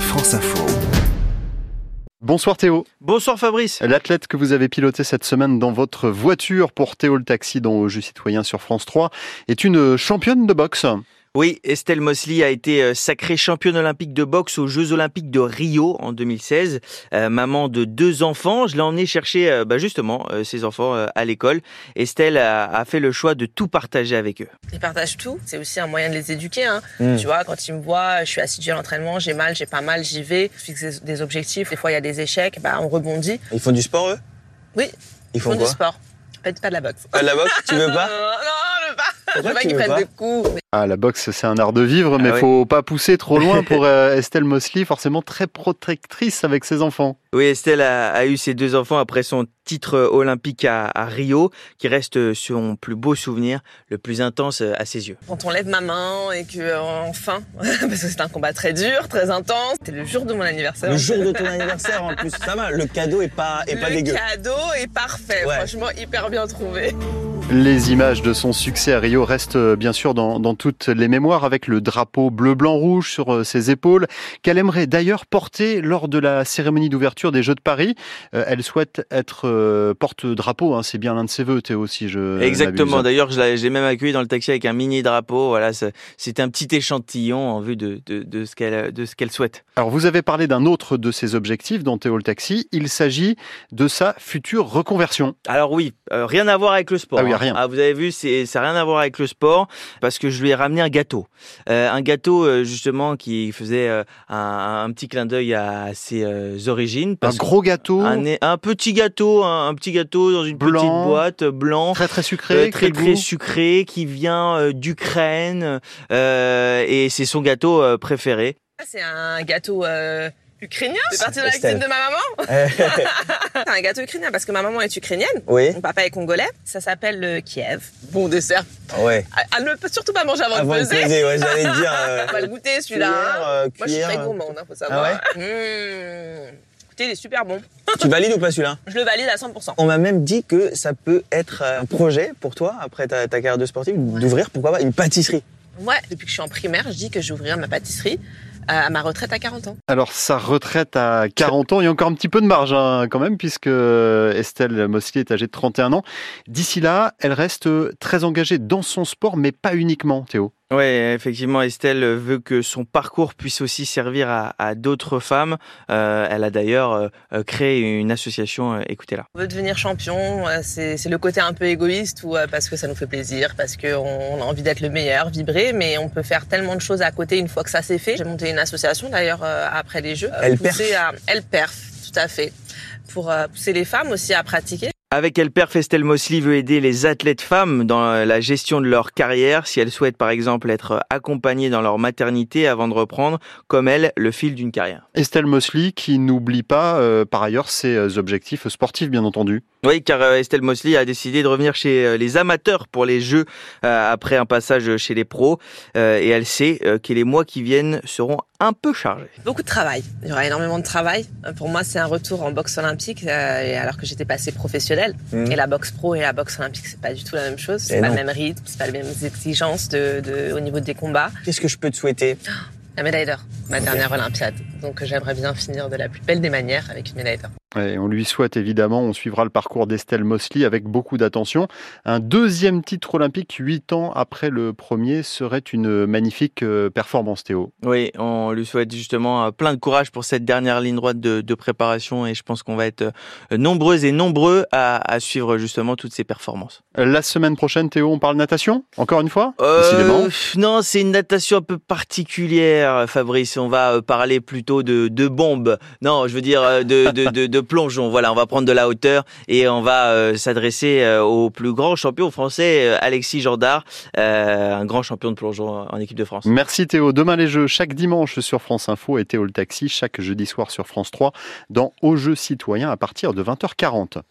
Force Info. Bonsoir Théo, Bonsoir Fabrice. l'athlète que vous avez piloté cette semaine dans votre voiture pour Théo le Taxi dans Au Jeu Citoyen sur France 3 est une championne de boxe. Oui, Estelle Mosley a été euh, sacrée championne olympique de boxe aux Jeux Olympiques de Rio en 2016. Euh, maman de deux enfants, je l'ai emmenée chercher euh, bah, justement euh, ses enfants euh, à l'école. Estelle a, a fait le choix de tout partager avec eux. Ils partagent tout. C'est aussi un moyen de les éduquer. Hein. Hmm. Tu vois, quand ils me voient, je suis assidue à l'entraînement, j'ai mal, j'ai pas mal, j'y vais. Je fixe des- des objectifs. Des fois, il y a des échecs, bah, on rebondit. Ils font du sport, eux Oui. Ils Ils font font du quoi sport. Faites pas de la boxe. Ah, La boxe, tu veux Non, pas non, je veux pas. Je veux Pourquoi pas tu qu'ils veux prennent pas de coups. Mais Ah, la boxe, c'est un art de vivre, mais Ah oui. faut pas pousser trop loin pour euh, Estelle Mosley, forcément très protectrice avec ses enfants. Oui, Estelle a, a eu ses deux enfants après son titre euh, olympique à, à Rio, qui reste euh, son plus beau souvenir, le plus intense euh, à ses yeux. Quand on lève ma main et que, euh, enfin, parce que c'est un combat très dur, très intense. C'était le jour de mon anniversaire. Le jour de ton anniversaire, en plus, ça va, le cadeau est pas, est pas le dégueu. cadeau est parfait. Ouais. Franchement, hyper bien trouvé. Les images de son succès à Rio restent euh, bien sûr dans, dans toutes les mémoires avec le drapeau bleu-blanc-rouge sur euh, ses épaules qu'elle aimerait d'ailleurs porter lors de la cérémonie d'ouverture des Jeux de Paris. Euh, elle souhaite être euh, porte-drapeau, hein, c'est bien l'un de ses vœux Théo si je ne m'abuse. Exactement. D'ailleurs, je l'ai je l'ai même accueilli dans le taxi avec un mini drapeau. Voilà, ça- c'est un petit échantillon en vue de, de, de ce qu'elle de ce qu'elle souhaite. Alors vous avez parlé d'un autre de ses objectifs dans Théo le Taxi, il s'agit de sa future reconversion. Alors oui, euh, rien à voir avec le sport. Ah oui, hein. rien. vous avez vu, c'est ça n'a rien à voir avec le sport parce que je lui ai ramené un gâteau, Euh, un gâteau euh, justement qui faisait euh, un, un petit clin d'œil à ses euh, origines. Un parce que- gros gâteau un, un petit gâteau, un, un petit gâteau dans une Blanc. petite boîte euh, blanc. très très euh, sucré, très quel très goût sucré qui vient euh, d'Ukraine euh, et c'est son gâteau euh, préféré. Ça, Ah, C'est un gâteau euh, ukrainien. C'est parti de la Estelle. cuisine de ma maman. C'est un gâteau ukrainien parce que ma maman est ukrainienne. oui, Mon papa est congolais, ça s'appelle le Kiev. Bon dessert. ouais. À, à ne surtout pas manger avant, Avant de de peser. peser, ouais, j'allais te dire. euh, On va le goûter celui-là. cuillère, hein. euh, Moi je suis cuillère, très euh, gourmand, hein, faut savoir. Mmh. Écoutez, il est super bon. Tu valides ou pas celui-là Je le valide à 100%. On m'a même dit que ça peut être euh, un projet pour toi, après ta, ta carrière de sportif, d'ouvrir, pourquoi pas, une pâtisserie. Moi, depuis que je suis en primaire, je dis que je vais ouvrir ma pâtisserie euh, à ma retraite à 40 ans. Alors sa retraite à 40 ans, il y a encore un petit peu de marge hein, quand même puisque euh, Estelle Mosley est âgée de 31 ans. D'ici là, elle reste euh, très engagée dans son sport mais pas uniquement Théo. Ouais, effectivement, Estelle veut que son parcours puisse aussi servir à, à d'autres femmes. Euh, elle a d'ailleurs euh, euh, créé une association, euh, écoutez-la. On veut devenir champion, euh, c'est c'est le côté un peu égoïste ou euh, parce que ça nous fait plaisir, parce qu'on a envie d'être le meilleur, vibrer, mais on peut faire tellement de choses à côté une fois que ça s'est fait. J'ai monté une association d'ailleurs euh, après les Jeux. euh, Elle poussée à- Elle perf, tout à fait. Pour euh, pousser les femmes aussi à pratiquer. Avec elle, Père Estelle Mosley veut aider les athlètes femmes dans la gestion de leur carrière, si elles souhaitent par exemple être accompagnées dans leur maternité avant de reprendre, comme elle, le fil d'une carrière. Estelle Mosley qui n'oublie pas euh, par ailleurs ses objectifs sportifs bien entendu. Oui, car euh, Estelle Mosley a décidé de revenir chez euh, les amateurs pour les Jeux euh, après un passage chez les pros, euh, et elle sait euh, que les mois qui viennent seront un peu chargés. Beaucoup de travail. Il y aura énormément de travail. Euh, Pour moi, c'est un retour en boxe olympique, euh, et alors que j'étais passée professionnelle. Mhm. Et la boxe pro et la boxe olympique, c'est pas du tout la même chose. C'est Et pas le Eh non. même rythme, c'est pas les mêmes exigences de, de- au niveau des combats. Qu'est-ce que je peux te souhaiter La médaille d'or, ma dernière Olympiade. Donc euh, j'aimerais bien finir de la plus belle des manières avec une médaille d'or. Et on lui souhaite évidemment, on suivra le parcours d'Estelle Mosley avec beaucoup d'attention. Un deuxième titre olympique, huit ans après le premier, serait une magnifique euh, performance Théo. Oui, on lui souhaite justement euh, plein de courage pour cette dernière ligne droite de, de préparation et je pense qu'on va être euh, nombreuses et nombreux à, à suivre justement toutes ces performances. La semaine prochaine, Théo, on parle natation Encore une fois Euh, Décidément. non, c'est une natation un peu particulière, Fabrice. On va euh, parler plutôt de, de bombes. Non, je veux dire euh, de, de, de, de plongeon. Voilà, on va prendre de la hauteur et on va euh, s'adresser euh, au plus grand champion français, euh, Alexis Jandard, euh, un grand champion de plongeon en équipe de France. Merci Théo. Demain les jeux, chaque dimanche sur France Info et Théo le Taxi, chaque jeudi soir sur France 3, dans Au jeu citoyen à partir de 20h40.